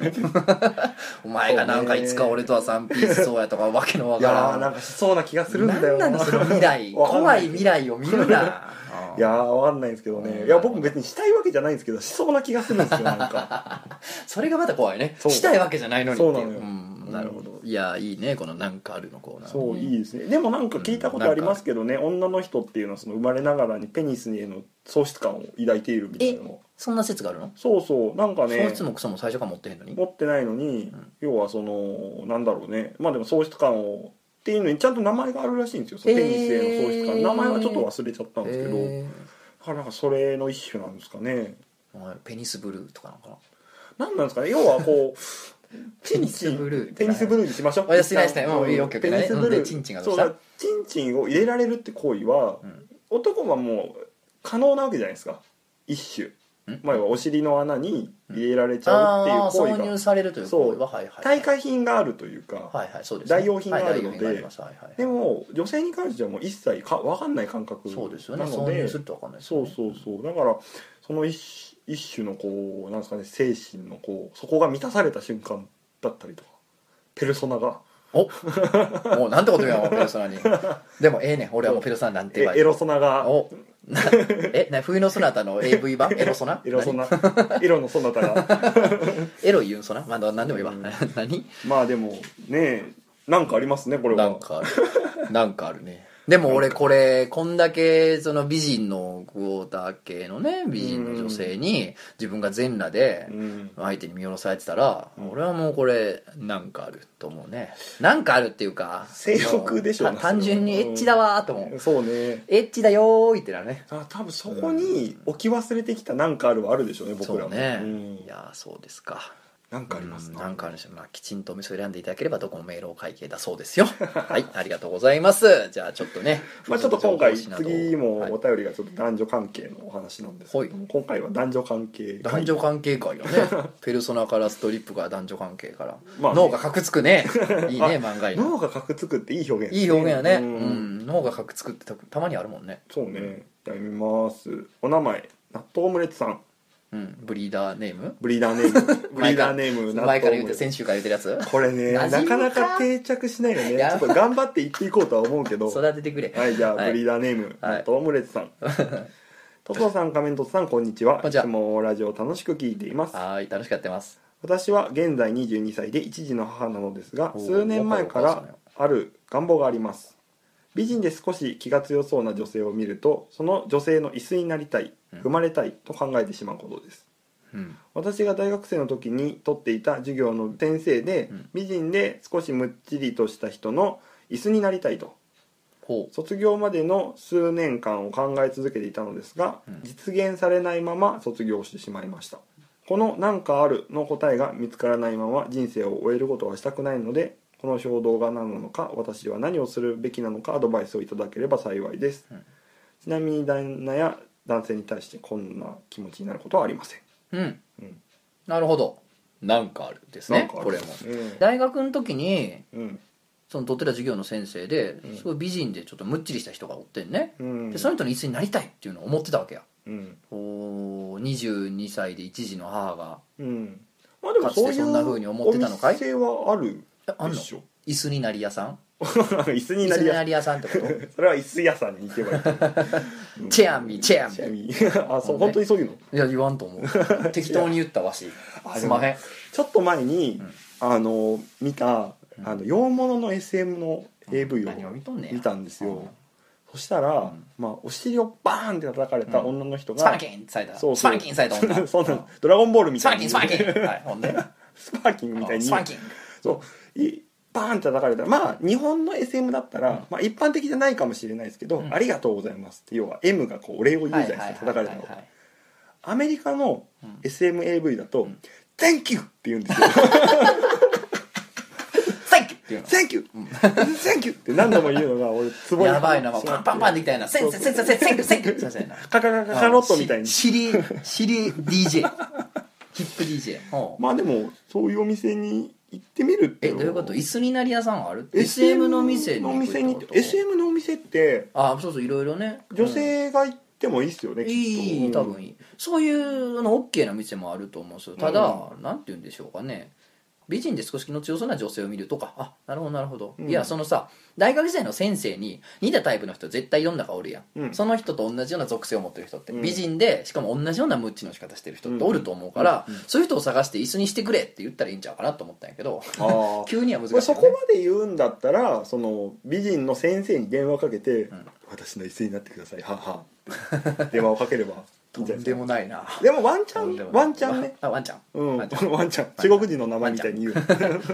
S1: お前がなんかいつか俺とは 3P しそうやとかわけのわ
S2: い
S1: か
S2: や
S1: ら
S2: ー
S1: ん
S2: なんかしそうな気がするん
S1: な
S2: だよ
S1: んな
S2: な
S1: のその未来
S2: わかんな
S1: 怖い未来を見るな
S2: いやーわかんないんですけど
S1: う
S2: ね
S1: ん
S2: いや僕も別にしたいわけじゃないんですけどしそうな気がするんですよなんか
S1: それがまた怖いね
S2: そう
S1: したいわけじゃないのにっていう
S2: そうなのよ
S1: ん、なるほどいやいいねこの「なんかある」のコーナー
S2: そう
S1: ね
S2: いいですねでもなんか聞いたことありますけどね女の人っていうのはその生まれながらにペニスへの喪失感を抱いているみたいなの
S1: そんな説があるの、
S2: そうそうなんか
S1: そい
S2: ね
S1: つもクソも最初から持ってへんのに
S2: 持ってないのに、要はそのなんだろうねまあでも喪失感をっていうのにちゃんと名前があるらしいんですよ、
S1: へー
S2: ペニスへの喪失感名前はちょっと忘れちゃったんですけど、
S1: へ
S2: あなんかそれの一種なんですかね
S1: ーお前ペニスブルーとかなのかな
S2: なんなんですかね要はこうチ
S1: ペニ
S2: ンチ
S1: スブルー
S2: ンペニスブルーにしましょう
S1: おやすみなさい
S2: 一旦
S1: もういいよ OK
S2: ペニスブ
S1: ねで
S2: ルー
S1: チンチンがど
S2: そうう
S1: した
S2: だチンチンを入れられるって行為は、
S1: うん
S2: 男はもう可能なわけじゃないですか一種
S1: ん
S2: まあ要はお尻の穴に入れられちゃうっていう
S1: ああ
S2: 行為
S1: 挿
S2: が、
S1: 入されるという行為ははいはい
S2: 大会品があるというか、
S1: はいはいそうです、
S2: 代用品があるの
S1: は
S2: で
S1: い代用品がありますはいはい
S2: でも女性に関してはもう一切か分かんない感覚な
S1: そ
S2: の
S1: う
S2: で
S1: ですよね挿入するとわかんないです
S2: そ
S1: よ
S2: う
S1: ね
S2: そうそうだからその一種一種のこうなんですかね精神のこうそこが満たされた瞬間だったりとかペルソナが
S1: おもうなんてこと言うのペルソ ナにでもええねん俺はもうペルソナなんて
S2: え
S1: 言われ
S2: エ
S1: て
S2: ロソナが
S1: おなえな冬のソナタの AV 版エロソナ
S2: エロソナ エロのソナタが
S1: エロい言うんそな、まあ、何でもいいわ、
S2: うん
S1: 何
S2: まあでもねなんかありますねこれは
S1: なんかあるなんかあるねでも俺これこんだけその美人のクォーター系のね美人の女性に自分が全裸で
S2: うん
S1: 相手に見下ろされてたら
S2: うん
S1: 俺はもうこれなんかあると思うねなんかあるっていうか
S2: 性欲でしょうね
S1: た単純にエ
S2: それは
S1: ッチだわーと思う
S2: そうね
S1: エッチだよーいってなるね
S2: あ多分そこに置き忘れてきたなんかあるはあるでしょうね僕
S1: そ
S2: ら
S1: う
S2: も
S1: ね、
S2: うん
S1: いやーそうですか
S2: なんかありますね
S1: うんなんかあるんですよまあ、きちんとお店を選んでいただければどこもメールを会計だそう ですよはいありがとうございますじゃあちょっとね
S2: まあ、ちょっと今回
S1: 情報誌などを
S2: 次も
S1: はい
S2: お便りがちょっと男女関係のお話なんですけども、
S1: は
S2: 今回は男女関係
S1: 男女関係会 だねペルソナからストリップから男女関係から、
S2: まあね
S1: 脳がかくつく ねいいね漫画に
S2: 脳がかくつくっていい表現
S1: いい表現だね、
S2: うん
S1: うん、脳がかくつくってたたまにあるもんね、
S2: そうねじゃあ読みますお名前納豆オムレツさん
S1: うん、ブリーダーネーム
S2: ブリーダーネ ームブリーダーネーム納
S1: 前から
S2: 豆オ
S1: 言う
S2: ム
S1: て
S2: レツ
S1: 先週から言うてるやつ
S2: これね
S1: 馴
S2: な
S1: 染むか
S2: かなか定着しないよね
S1: や
S2: ちょっと頑張って言っていこうとは思うけどは
S1: 育ててくれ、
S2: いじゃあ、
S1: はい
S2: ブリーダーネーム
S1: はい
S2: 納豆オムレツさ んトトさん仮面トトさんこんにちは
S1: こんにちはい
S2: つもラジオ楽しく聞いています
S1: はーい楽しくやってます
S2: 私は現在22歳で一児の母なのですが
S1: おー
S2: 数年前か
S1: 若いお母さん
S2: ら
S1: よ
S2: ある願望があります美人で少し気が強そうな女性を見るとその女性の椅子になりたい
S1: うん
S2: 踏まれたいと考えてしまうことです
S1: うん
S2: 私が大学生の時に取っていた授業の先生で
S1: うん
S2: 美人で少しむっちりとした人の椅子になりたいと
S1: ほ
S2: 卒業までの数年間を考え続けていたのですが、
S1: うん
S2: 実現されないまま卒業してしまいましたこの「なんかある」の答えが見つからないまま人生を終えることはしたくないのでこの衝動が何なのか私は何をするべきなのかアドバイスをいただければ幸いです、
S1: うん
S2: ちなみに旦那や男性に対してこんな気持ちになることはありません、
S1: ううん
S2: うん
S1: なるほどなんかあるです
S2: な
S1: ね
S2: んかあ
S1: こ
S2: る
S1: れも大学の時に
S2: うん
S1: その取ってた授業の先生で
S2: うん
S1: すごい美人でちょっとむっちりした人がおってんね、
S2: うん
S1: でその人の椅子になりたいっていうのを思ってたわけや
S2: うん
S1: おー22歳で一児の母が
S2: うんまあでもそういう
S1: かつてそんな風に思ってたのかい
S2: お店はある
S1: えあん
S2: で
S1: の
S2: しょ
S1: 椅子になり屋さん
S2: 椅子に
S1: 椅
S2: な
S1: 子
S2: り
S1: に
S2: や
S1: なり屋さんって こと
S2: すそれは椅子屋さんに行けばいいと思う
S1: チェアミチェアミ
S2: チェアミあそう本当にそういうの
S1: いや言わんと思う適当に言ったわし
S2: あ
S1: すんまへん
S2: ちょっと前に、あの見たあの洋物の SM の AV を
S1: 何を見とんねん
S2: 見たんですよ、
S1: うん
S2: そしたら、
S1: うん
S2: まあ、お尻をバーンって叩かれた女の人
S1: スパ
S2: が、
S1: ーキンされた
S2: そう
S1: スパーキンされた女
S2: そうなのドラゴンボールみ
S1: スパー
S2: たい
S1: キン
S2: に
S1: スパーキンはいほんで
S2: スパーキン グみたいに
S1: スパーキン
S2: そういバーンって叩かれたらまあ日本の SM だったら、まあ、一般的じゃないかもしれないですけど「
S1: うん
S2: ありがとうございます」って要は M がこうお礼を言うじゃないですか、叩かれたの
S1: はい
S2: アメリカの
S1: うん
S2: SMAV だと「
S1: ん
S2: Thank you!」って言うんで すよ
S1: センキューっていうの
S2: 「Thank you! Thank you!」って何度も言うのが俺ツボに
S1: やばいな、もうパンパンパンできたよな。センセンセンセンセンセンセンセンセンセン
S2: カカカカカロットみたいに
S1: シリ、シリ DJ。ヒ ップ DJ。ほう
S2: まあでもそういうお店に行ってみるって
S1: え、
S2: い
S1: ど
S2: の
S1: う
S2: は
S1: いうこと椅子になり屋さんある ?SM の店に
S2: の
S1: 行
S2: お
S1: くっ
S2: 店に行ってて
S1: こと。
S2: SM のお店って
S1: あ、そうそう、いろいろね。
S2: 女性が行ってもいいですよね、
S1: うん
S2: きっと
S1: いい、多分いい。そういうの OK な店もあると思うんですよ。ただ、なんて言うんでしょうかね。美人で少し気の強そうな女性を見るとか、あ、なるほど、なるほど。
S2: うん
S1: いや、そのさ、大学時代の先生に似たタイプの人絶対いろんな顔おるやん。
S2: うん
S1: その人と同じような属性を持ってる人って、
S2: うん
S1: 美人でしかも同じようなムッチの仕方してる人っておると思うから、そういう人を探して椅子にしてくれって言ったらいいんちゃうかなと思ったんやけど
S2: あー
S1: 急には難しい、
S2: まあ
S1: ね、
S2: そこまで言うんだったらその美人の先生に電話かけて「
S1: ん
S2: 私の椅子になってくださいはは」って電話をかければいいんじ
S1: と
S2: ゃなん
S1: で
S2: いですか
S1: もないな
S2: でもワンチ
S1: とんで
S2: ャ
S1: も
S2: ン
S1: ない
S2: ワンチャンね
S1: あワンちゃん
S2: うん
S1: ワンちゃん
S2: ワンチャン中国人の名前みたいに言う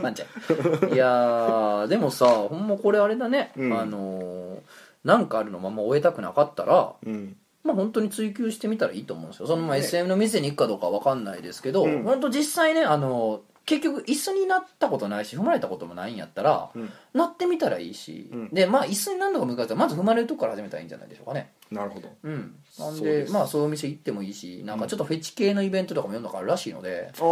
S1: ワンちゃんいやーでもさほんまこれあれだね、
S2: うん
S1: あのーなんかあるのまま終えたくなかったら
S2: うん
S1: まあ本当に追求してみたらいいと思うんですよそのまま
S2: ね
S1: SM の店に行くかどうかは分かんないですけど、
S2: うん
S1: 本当実際ねあのー結局椅子になったことないし踏まれたこともないんやったら、
S2: うん
S1: なってみたらいいし、
S2: うん
S1: でまあ椅子に何度か向かったらまず踏まれるとこから始めたらいいんじゃないでしょうかね
S2: なるほど
S1: うんなん
S2: そう
S1: で
S2: です
S1: まあそういうお店行ってもいいしなんかちょっとフェチ系のイベントとかも世の中あるらしいので、行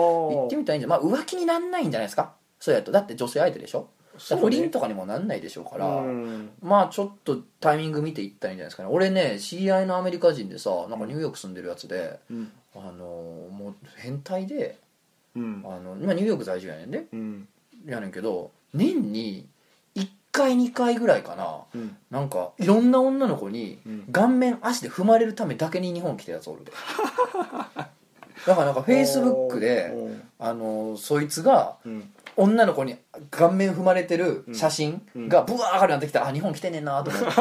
S2: 行
S1: ってみたらいいんじゃまあ浮気になんないんじゃないですかそうやとだって女性相手でしょ
S2: そうね
S1: 不倫とかにもなんないでしょうから、
S2: うん
S1: まあちょっとタイミング見ていったらいいんじゃないですかね俺ね知り合いのアメリカ人でさなんかニューヨーク住んでるやつで、
S2: うん
S1: あのーもう変態で
S2: うん
S1: あの今ニューヨーク在住やねんで
S2: うん
S1: やねんけど年に1回2回ぐらいかな
S2: うん
S1: なんかいろんな女の子に
S2: うん
S1: 顔面足で踏まれるためだけに日本来てるやつおる でだからなんかフェイスブックであのそいつが
S2: うん
S1: 女の子に顔面踏まれてる写真がブワー上がるなってきたあ日本来てんねんなと思 って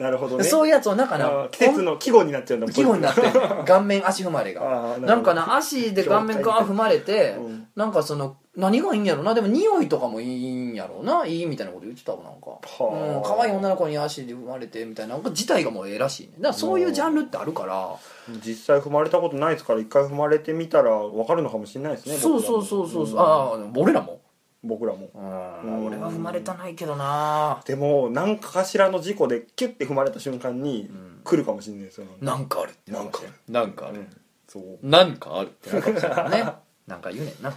S2: なるほど
S1: で
S2: ね
S1: そういうやつをなんか
S2: あ
S1: な
S2: ー季節の季語になっちゃうんだ
S1: 季語になって
S2: ポ
S1: ん
S2: ジ
S1: ねん顔面足踏まれ
S2: ティブ
S1: が
S2: あー
S1: なんか
S2: る
S1: な足で顔面ガーン踏まれて
S2: ほどうん
S1: なんかその何がいいんやろなでも匂いとかもいいんやろないいみたいなこと言ってたわなんか
S2: はあ
S1: うん、可愛い女の子に足で踏まれてみたいなのが自体がもうええらしいねだからそういうジャンルってあるから
S2: 実際踏まれたことないですから一回踏まれてみたら分かるのかもしれないですね
S1: そうそうそうそうそう
S2: 僕ら
S1: ああ俺ら
S2: も
S1: も、
S2: うん僕らも
S1: うん
S2: うん
S1: 俺は踏まれたないけどな
S2: でも何かしらの事故でキュッて踏まれた瞬間に
S1: ん
S2: 来るかもしれないですよ
S1: なんかあるって
S2: なんか
S1: なんかあ
S2: う
S1: る
S2: んそう
S1: なんかあるってなんかもしれないね なんか言うねんな、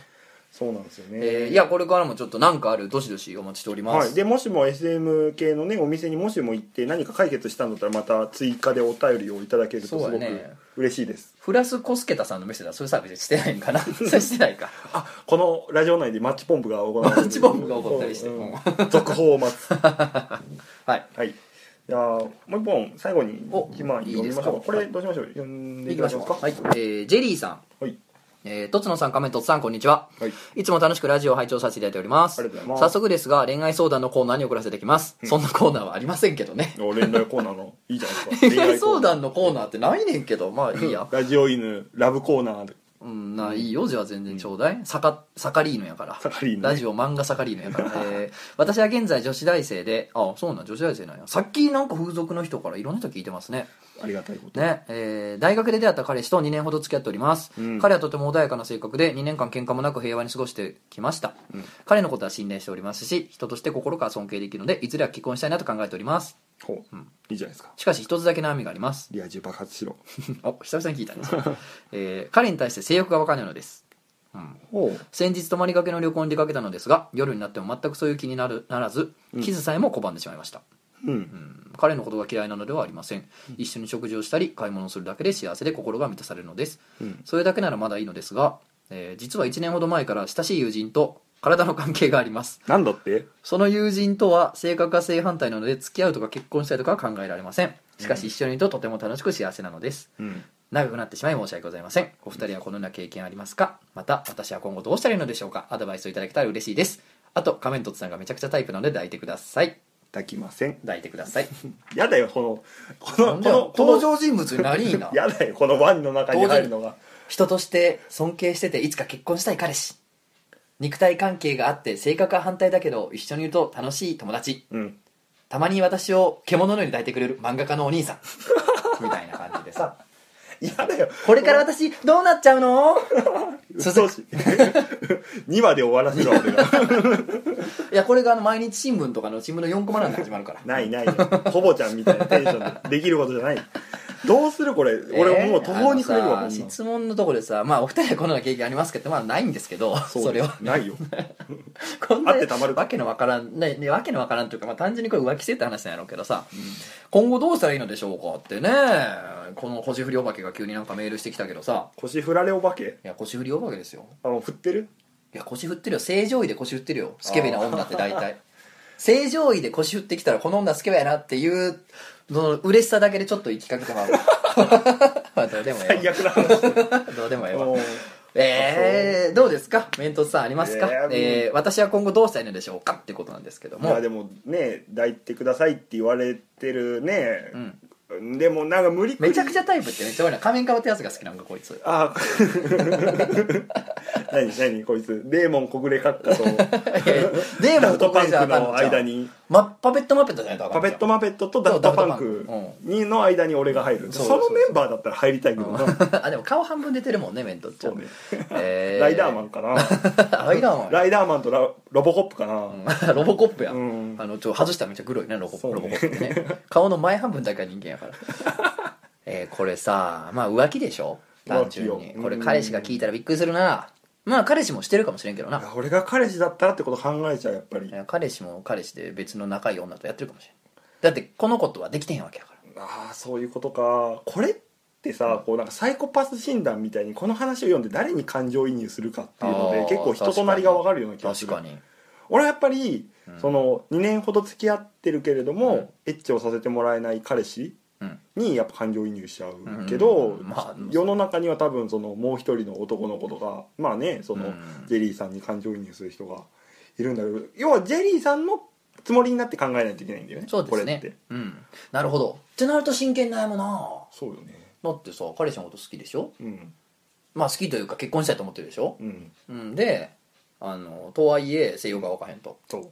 S2: そうなんですよね
S1: えーいやこれからもちょっとなんかあるどしどしお待ちしておりま
S2: は
S1: す、
S2: い、でもしも SM 系のねお店にもしも行って何か解決したんだったらまた追加でお便りをいただけるとす
S1: そう
S2: ご
S1: だ
S2: く
S1: ね
S2: 嬉しいです、
S1: フラスコスケタさんの店ではそういうサービスしてないん かなそれしてないか
S2: あこのラジオ内でマッチポンプが行われてる
S1: マッチポンプが起こったりして
S2: うん続報を待つ
S1: はい
S2: はい。じゃあもう一本最後に
S1: お
S2: 一枚
S1: いい
S2: 読みましょ
S1: うですか
S2: これどうしましょう。読んで
S1: 行
S2: い
S1: き
S2: ただ
S1: ましょう
S2: けます
S1: か、
S2: か。
S1: はいえージェリーさん
S2: はい。
S1: えー、とつのさん、仮面とつさん、こんにちは。
S2: はい。
S1: いつも楽しくラジオを拝聴させていただいております。
S2: ありがとうございます
S1: 早速ですが、恋愛相談のコーナーに送らせてきます。そんなコーナーはありませんけどね。
S2: お恋愛コーナーのいいじゃ ないですか。
S1: 恋愛相談のコーナーってないねんけど、まあいいや。
S2: ラジオ犬ラブコーナーで
S1: うん、ないいよ、じゃあ全然ちょうだい。サカ、サカリーノやから。
S2: サカリーノね
S1: ラジオ漫画サカリーノやから。えー、私は現在女子大生で、あ、そうなん、女子大生なんや。さっきなんか風俗の人からいろんな人聞いてますね。
S2: ありがたいこと。
S1: ねえー大学で出会った彼氏と2年ほど付き合っております、
S2: うん
S1: 彼はとても穏やかな性格で2年間喧嘩もなく平和に過ごしてきました、彼のことは信頼しておりますし人として心から尊敬できるのでいずれは結婚したいなと考えております
S2: ほう、いいじゃないですか。
S1: しかし一つだけ悩みがあり ます
S2: リア充爆発しろ。
S1: お久々に聞いたんです、えー彼に対して性欲がわかないのです、うん、
S2: ほう。
S1: 先日泊まりがけの旅行に出かけたのですが夜になっても全くそういう気になるならずキスさえも拒んでしまいました、
S2: うん。
S1: 彼のことが嫌いなのではありません一緒に食事をしたり買い物をするだけで幸せで心が満たされるのです、
S2: うん
S1: それだけならまだいいのですが、えー実は1年ほど前から親しい友人と体の関係があります
S2: なんだって
S1: その友人とは性格が正反対なので付き合うとか結婚したいとかは考えられませんしかし一緒にいるととても楽しく幸せなのです
S2: うん
S1: 長くなってしまい申し訳ございませんお二人はこのような経験ありますかまた私は今後どうしたらいいのでしょうかアドバイスをいただけたら嬉しいですあと仮面凸さんがめちゃくちゃタイプなので抱いてください
S2: 抱きません
S1: 抱いてください
S2: やだよこのこの
S1: なんだよ
S2: この
S1: 登場人物になりー な
S2: やだよこのワンの中に入るのが
S1: 人として尊敬してていつか結婚したい彼氏肉体関係があって性格は反対だけど一緒にいると楽しい友達
S2: うん
S1: たまに私を獣のように抱いてくれる漫画家のお 兄さんみたいな感じでさ
S2: やだよ
S1: これから私どうなっちゃうの
S2: 嘘し 2話で終わらせるわけが
S1: いやこれがあの毎日新聞とかの新聞の4コマなんで始まるから
S2: ないないほぼちゃんみたいなテンションでできることじゃないどうするこれ俺もう途方に暮れる
S1: あ
S2: わ、
S1: の
S2: こん
S1: さ
S2: なの
S1: 質問のとこでさ、まあ、お二人はこのような経験ありますけどまあないんですけどそれは
S2: ない よ
S1: こんな
S2: あってたまるか
S1: わけのわからんねねわけのわからんというか、まあ、単純にこれ浮気してって話なんやろうけどさ、今後どうしたらいいのでしょうかってねこの腰振りお化けが急になんかメールしてきたけどさ
S2: 腰振られお化け
S1: いや腰振りお化けですよ
S2: あの振ってる
S1: いや腰振ってるよ正常位で腰振ってるよスケベな女って大体正常位で腰振ってきたらこの女スケベやなっていうその嬉しさだけでちょっと行きかけ てまうまあどう でもえ
S2: 最悪な話
S1: えわどうでもええわ
S2: もう
S1: えー、どうですかメントさんありますか、
S2: えーもう
S1: えー私は今後どうしたらいいのでしょうかってことなんですけど
S2: い
S1: も
S2: やでもね抱いてくださいって言われてるね
S1: う、ん、
S2: でもなんか無理くり
S1: めちゃくちゃタイプってめっちゃ多いな仮面かぶったやつが好きなんか こいつ
S2: あ 何何こいつデーモン小暮閣下と
S1: デーモ
S2: ダ
S1: ン
S2: フト
S1: と
S2: パン
S1: じゃ
S2: ク
S1: あかん
S2: の
S1: のちゃう
S2: 間に
S1: まパペットマペットじゃないとあか
S2: パ
S1: ん
S2: ペットマペットとダフトパンクにの間に俺が入る
S1: そう
S2: そ
S1: そう
S2: のメンバーだったら入りたいけどな、
S1: うんあでも顔半分出てるもんねメントっちゃ
S2: そうね
S1: え
S2: ライダーマンかな
S1: ンライダーマン
S2: ライダーマンとラロボコップかな
S1: うん ロボコップや、
S2: うん
S1: あのちょ外したらめっちゃグロいねロボ,、
S2: そうね
S1: ロボコップってね顔の前半分だけは人間やから えーこれさまあ浮気でしょ単純
S2: 浮
S1: に
S2: 気よ
S1: これ彼氏が聞いたらびっくりするなまあ彼氏もしてるかもしれんけどな
S2: 俺が彼氏だったらってこと考えちゃうやっぱり
S1: いや彼氏も彼氏で別の仲いい女とやってるかもしれんだってこの子とはできてへんわけやから
S2: ああそういうことかこれってさ、こうなんかサイコパス診断みたいにこの話を読んで誰に感情移入するかっていうので
S1: あー
S2: 結構人となりが分かるような気がす
S1: 確
S2: る
S1: かに
S2: 俺はやっぱり、
S1: うん
S2: その2年ほど付き合ってるけれども、
S1: うん
S2: エッチをさせてもらえない彼氏
S1: うん
S2: にやっぱ感情移入しちゃうけど、
S1: うんまあ
S2: 世の中には多分そのもう一人の男の子とかまあねその、
S1: うん
S2: ジェリーさんに感情移入する人がいるんだけど要はジェリーさんのつもりになって考えないといけないんだよね
S1: そうです
S2: これって
S1: ねうんなるほどってなると真剣に悩むな
S2: そうよね
S1: だってさ彼氏のこと好きでしょ
S2: うん
S1: まあ好きというか結婚したいと思ってるでしょ
S2: うん
S1: うんであのとはいえ性欲が湧かへんと
S2: そう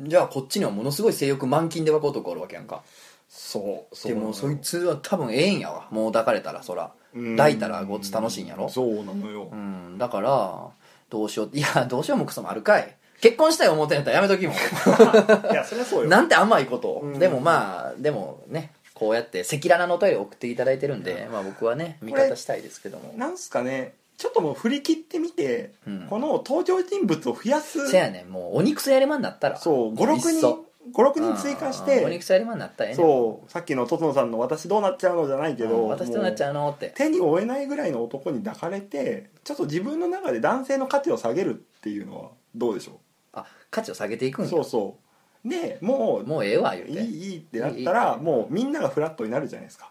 S1: じゃあこっちにはものすごい性欲満禁で湧く男おるわけやんか
S2: そうそう
S1: でもそいつは多分ええんやわもう抱かれたらそら
S2: うん
S1: 抱いたらごっつ楽しいんやろ
S2: そうなのよ
S1: うんだからどうしよ ういやどうしようもクソもあるかい結婚したい思うてんやったらやめときも
S2: いやそりゃそうよ
S1: なんて甘いことを、
S2: うん
S1: でもまあでもねこうやって赤裸々のお便りを送っていただいてるんで、まあ、僕はね味方したいですけども
S2: なんすかねちょっともう振り切ってみて、
S1: うん
S2: この登場人物を増やす
S1: せやねんもうお肉そやりまになったら
S2: そう
S1: もいっ
S2: 56人
S1: そ
S2: 56人追加し
S1: うんお
S2: て
S1: 肉そやりまになったらええねん
S2: そうさっきのとつのさんの「私どうなっちゃうの?」じゃないけ
S1: う
S2: ど
S1: ん私となっちゃ
S2: も
S1: うのって
S2: う手に負えないぐらいの男に抱かれてちょっと自分の中で男性の価値を下げるっていうのはどうでしょ、
S1: あ価値を下げていうくんや
S2: そうそうでもう
S1: もうええわ言う
S2: い
S1: て
S2: いいいってなったら
S1: いいいい
S2: もうみんながフラットになるじゃないですか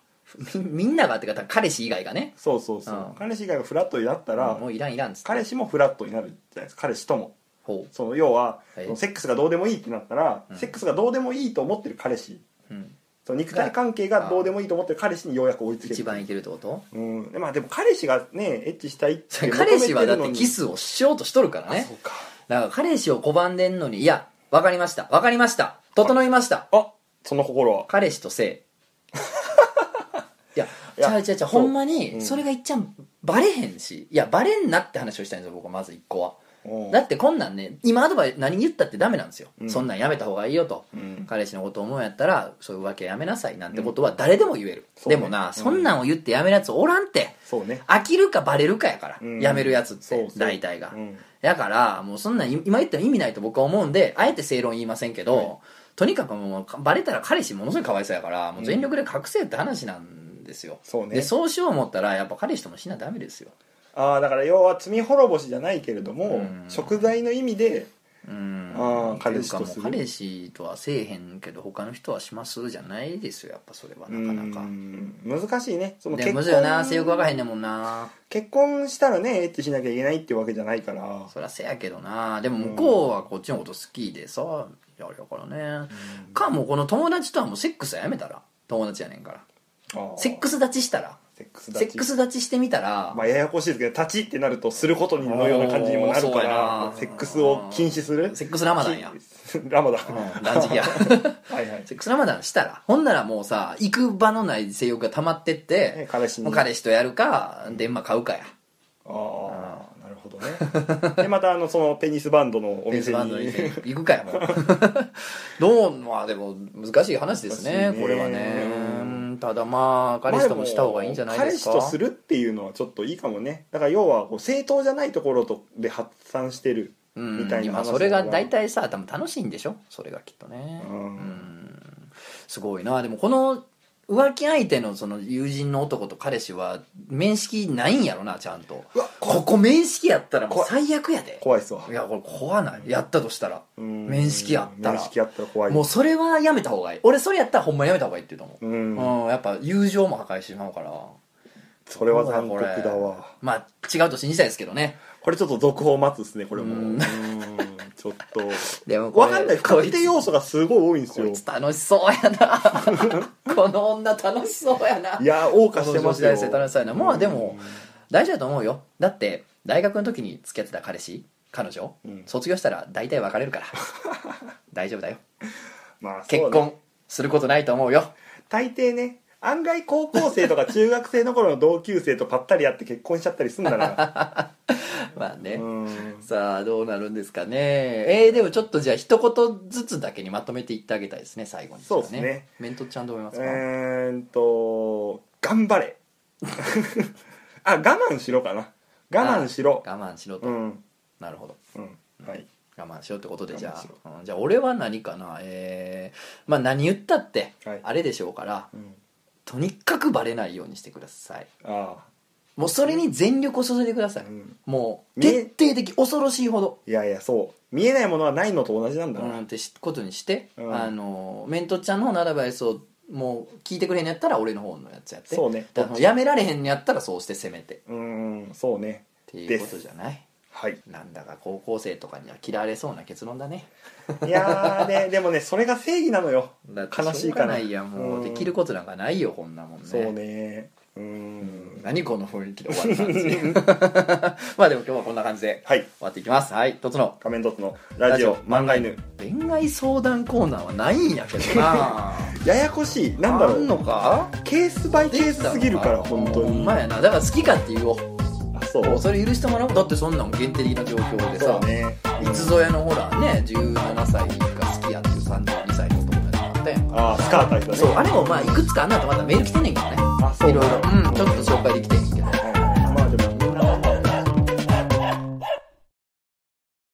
S1: みみんながってか彼氏以外がね
S2: そうそうそう、
S1: うん
S2: 彼氏以外がフラットになったら、
S1: もういらんいらんっつって
S2: 彼氏もフラットになるじゃないですか彼氏とも
S1: ほ
S2: その要は、
S1: はい
S2: そのセックスがどうでもいいってなったら、
S1: うん
S2: セックスがどうでもいいと思ってる彼氏
S1: う、うん、
S2: その肉体関係がどうでもいいと思ってる彼氏にようやく追いつける
S1: 一番いけるってこと
S2: うんでまあ、でも彼氏がねエッチしたいって求めてるの
S1: 彼
S2: に
S1: 氏はだってキスをしようとしとるから
S2: あ
S1: ね
S2: そうか
S1: だから彼氏を拒んでんのにいやわかりましたわかりました整いました
S2: あその心は
S1: 彼氏と性 いや
S2: い
S1: ち
S2: や
S1: ゃうちゃうちゃう
S2: そう
S1: ほんま
S2: う
S1: に
S2: ん
S1: それがいっちゃんバレへんしいやバレんなって話をしたいんですよ僕はまず一個は
S2: うん
S1: だってこんなんね今アドバイス何言ったってダメなんですよ、
S2: うん
S1: そんなんやめた方がいいよと
S2: うん
S1: 彼氏のこと思うんやったらそういうわけやめなさいなんてことは誰でも言える、
S2: そう
S1: で
S2: ね
S1: もな、
S2: うん
S1: そんなんを言ってやめるやつおらんって
S2: そうね、
S1: 飽きるかバレるかやから、
S2: うん
S1: やめるやつって
S2: そうそう
S1: 大体が、
S2: うん
S1: だからもうそんなん今言っても意味ないと僕は思うんであえて正論言いませんけど、
S2: はい
S1: とにかくもうバレたら彼氏ものすごいかわいそうやからもう全力で隠せって話なんですよ、
S2: そうね
S1: でそうしよう思ったらやっぱ彼氏ともしなダメですよ
S2: ああだから要は罪滅ぼしじゃないけれども、
S1: うん
S2: 食材の意味で
S1: うん
S2: あー彼氏
S1: っていうか
S2: とする
S1: もう彼氏とはせえへんけど他の人はしますじゃないですよやっぱそれはなかな
S2: う
S1: か
S2: ん難しいねその
S1: で
S2: 結
S1: む
S2: 婚
S1: ずいよな性欲わかへんねんもんな
S2: 結婚したらねエッチしなきゃいけないってわけじゃないから
S1: そりゃせやけどなでも向こうはこっちのこと好きでさやるやからねかもうこの友達とはもうセックスはやめたら友達やねんから
S2: ああ
S1: セックス立ちしたら
S2: セックス
S1: セックス立ちしてみたら
S2: まあややこしいですけど立ちってなるとすることにのような感じにもなるか
S1: おーそうやな
S2: らセックスを禁止する
S1: セックスラマダンや
S2: ラマダ
S1: う
S2: ン
S1: ん断食や
S2: はいはい
S1: セックスラマダンしたらほんならもうさ行く場のない性欲が溜まってって、
S2: ね彼氏に
S1: もう彼氏とやるか電話買うかや
S2: ああなるほどねでまたあのそのペニスバンドのお
S1: ペース
S2: 店
S1: バン ドに
S2: に
S1: 行くかやも うどうまあでも難しい話ですね
S2: 難しいね
S1: これはねうんただまあ彼氏ともした方がいいんじゃないですか、
S2: まあも彼氏とするっていうのはちょっといいかもねだから要はこう正当じゃないところとで発散してる
S1: うん
S2: みたいな話
S1: まあそれが大体さ多分楽しいんでしょそれがきっとね
S2: うん
S1: んすごいなでもこの浮気相手のその友人の男と彼氏は面識ないんやろなちゃんと
S2: うわ
S1: ここ面識やったらもう最悪やで
S2: 怖いっすわ
S1: いやこれ怖ないやったとしたら
S2: うん
S1: 面識あったら
S2: 面識あったら怖い
S1: もうそれはやめた方がいい俺それやったらほんまやめた方がいいって言うと思う
S2: うん
S1: うん、やっぱ友情も破壊してしまうから
S2: それは残酷
S1: これ
S2: だわ
S1: まあ違うと信じたいですけどね
S2: これちょっと続報待つですねこれも
S1: う
S2: うんんちょっ と
S1: でも
S2: わかんない不確定
S1: こ
S2: 要素がすごい多いんですよ
S1: いつ楽しそうやな この女楽しそうやない
S2: やー謳歌してますよ
S1: この女子大生楽しそうやなまあでも大丈夫だと思うよだって大学の時に付き合ってた彼氏彼女、
S2: うん
S1: 卒業したら大体別れ るから大丈夫だよ
S2: まあそうね
S1: 結婚することないと思うよ
S2: 大抵ね案外高校生とか中学生の頃の同級生とぱったり会って結婚しちゃったりす んだな
S1: まあね、
S2: うん
S1: さあどうなるんですかねえー、でもちょっとじゃあ一言ずつだけにまとめていってあげたいですね最後に
S2: そうですね
S1: メントちゃんどう思いま
S2: え
S1: すか、
S2: ーっと頑張れ あ我慢しろかな我慢しろ
S1: 我慢しろと、
S2: うん
S1: なるほど
S2: うんはい
S1: 我慢しろってことでじゃ
S2: 我慢し
S1: あ、うんじゃあ俺は何かなえー、まあ何言ったって
S2: はい
S1: あれでしょうから、
S2: うん
S1: とにかくバレないようにしてください
S2: あ
S1: もうそれに全力を注いでくださ
S2: あ
S1: い、
S2: うん
S1: もう
S2: ね
S1: 徹底的恐ろしいほど
S2: いやいやそう見えないものはないのと同じなんだ
S1: う
S2: なん
S1: ってしことにして、
S2: うん
S1: あのメントちゃんの方のアドバイスをもう聞いてくれへんのやったら俺の方のやつやって
S2: そうね
S1: だからやめられへんのやったらそうして攻めてっ
S2: うんそうね
S1: ていうことじゃない
S2: はい
S1: なんだか高校生とかには嫌われそうな結論だね
S2: いやーねでもねそれが正義なのよ
S1: だって
S2: 悲しいか
S1: しょうがな
S2: ら
S1: いやもうできる
S2: こ
S1: ことなんかないよこんなもんね
S2: とそうねうん
S1: 何この雰囲気で終わったんですよ まあでも今日はこんな感じで
S2: はい
S1: 終わっていきますはいとつの
S2: 仮面ドットのラジオ漫画犬
S1: 恋愛相談コーナーはないんやけど な
S2: ややこしいなんだ
S1: あ
S2: ろ
S1: ん
S2: う
S1: のか
S2: ケースバイケースすぎるから
S1: できたの
S2: 本当
S1: ほん
S2: に
S1: まやなだから好きかって言おう
S2: あそう
S1: もうそれ許してもらおうだってそんなん限定的な状況で
S2: そ
S1: さ
S2: うね
S1: いつぞやのほらね17歳が好きやっていう32歳の男達もあったやん
S2: あースカート履いてたね
S1: そうあれもまあいくつかあんなとまたメール来てんねんけどね
S2: あそう
S1: いろいろ、うん、ちょっと紹介できてんけ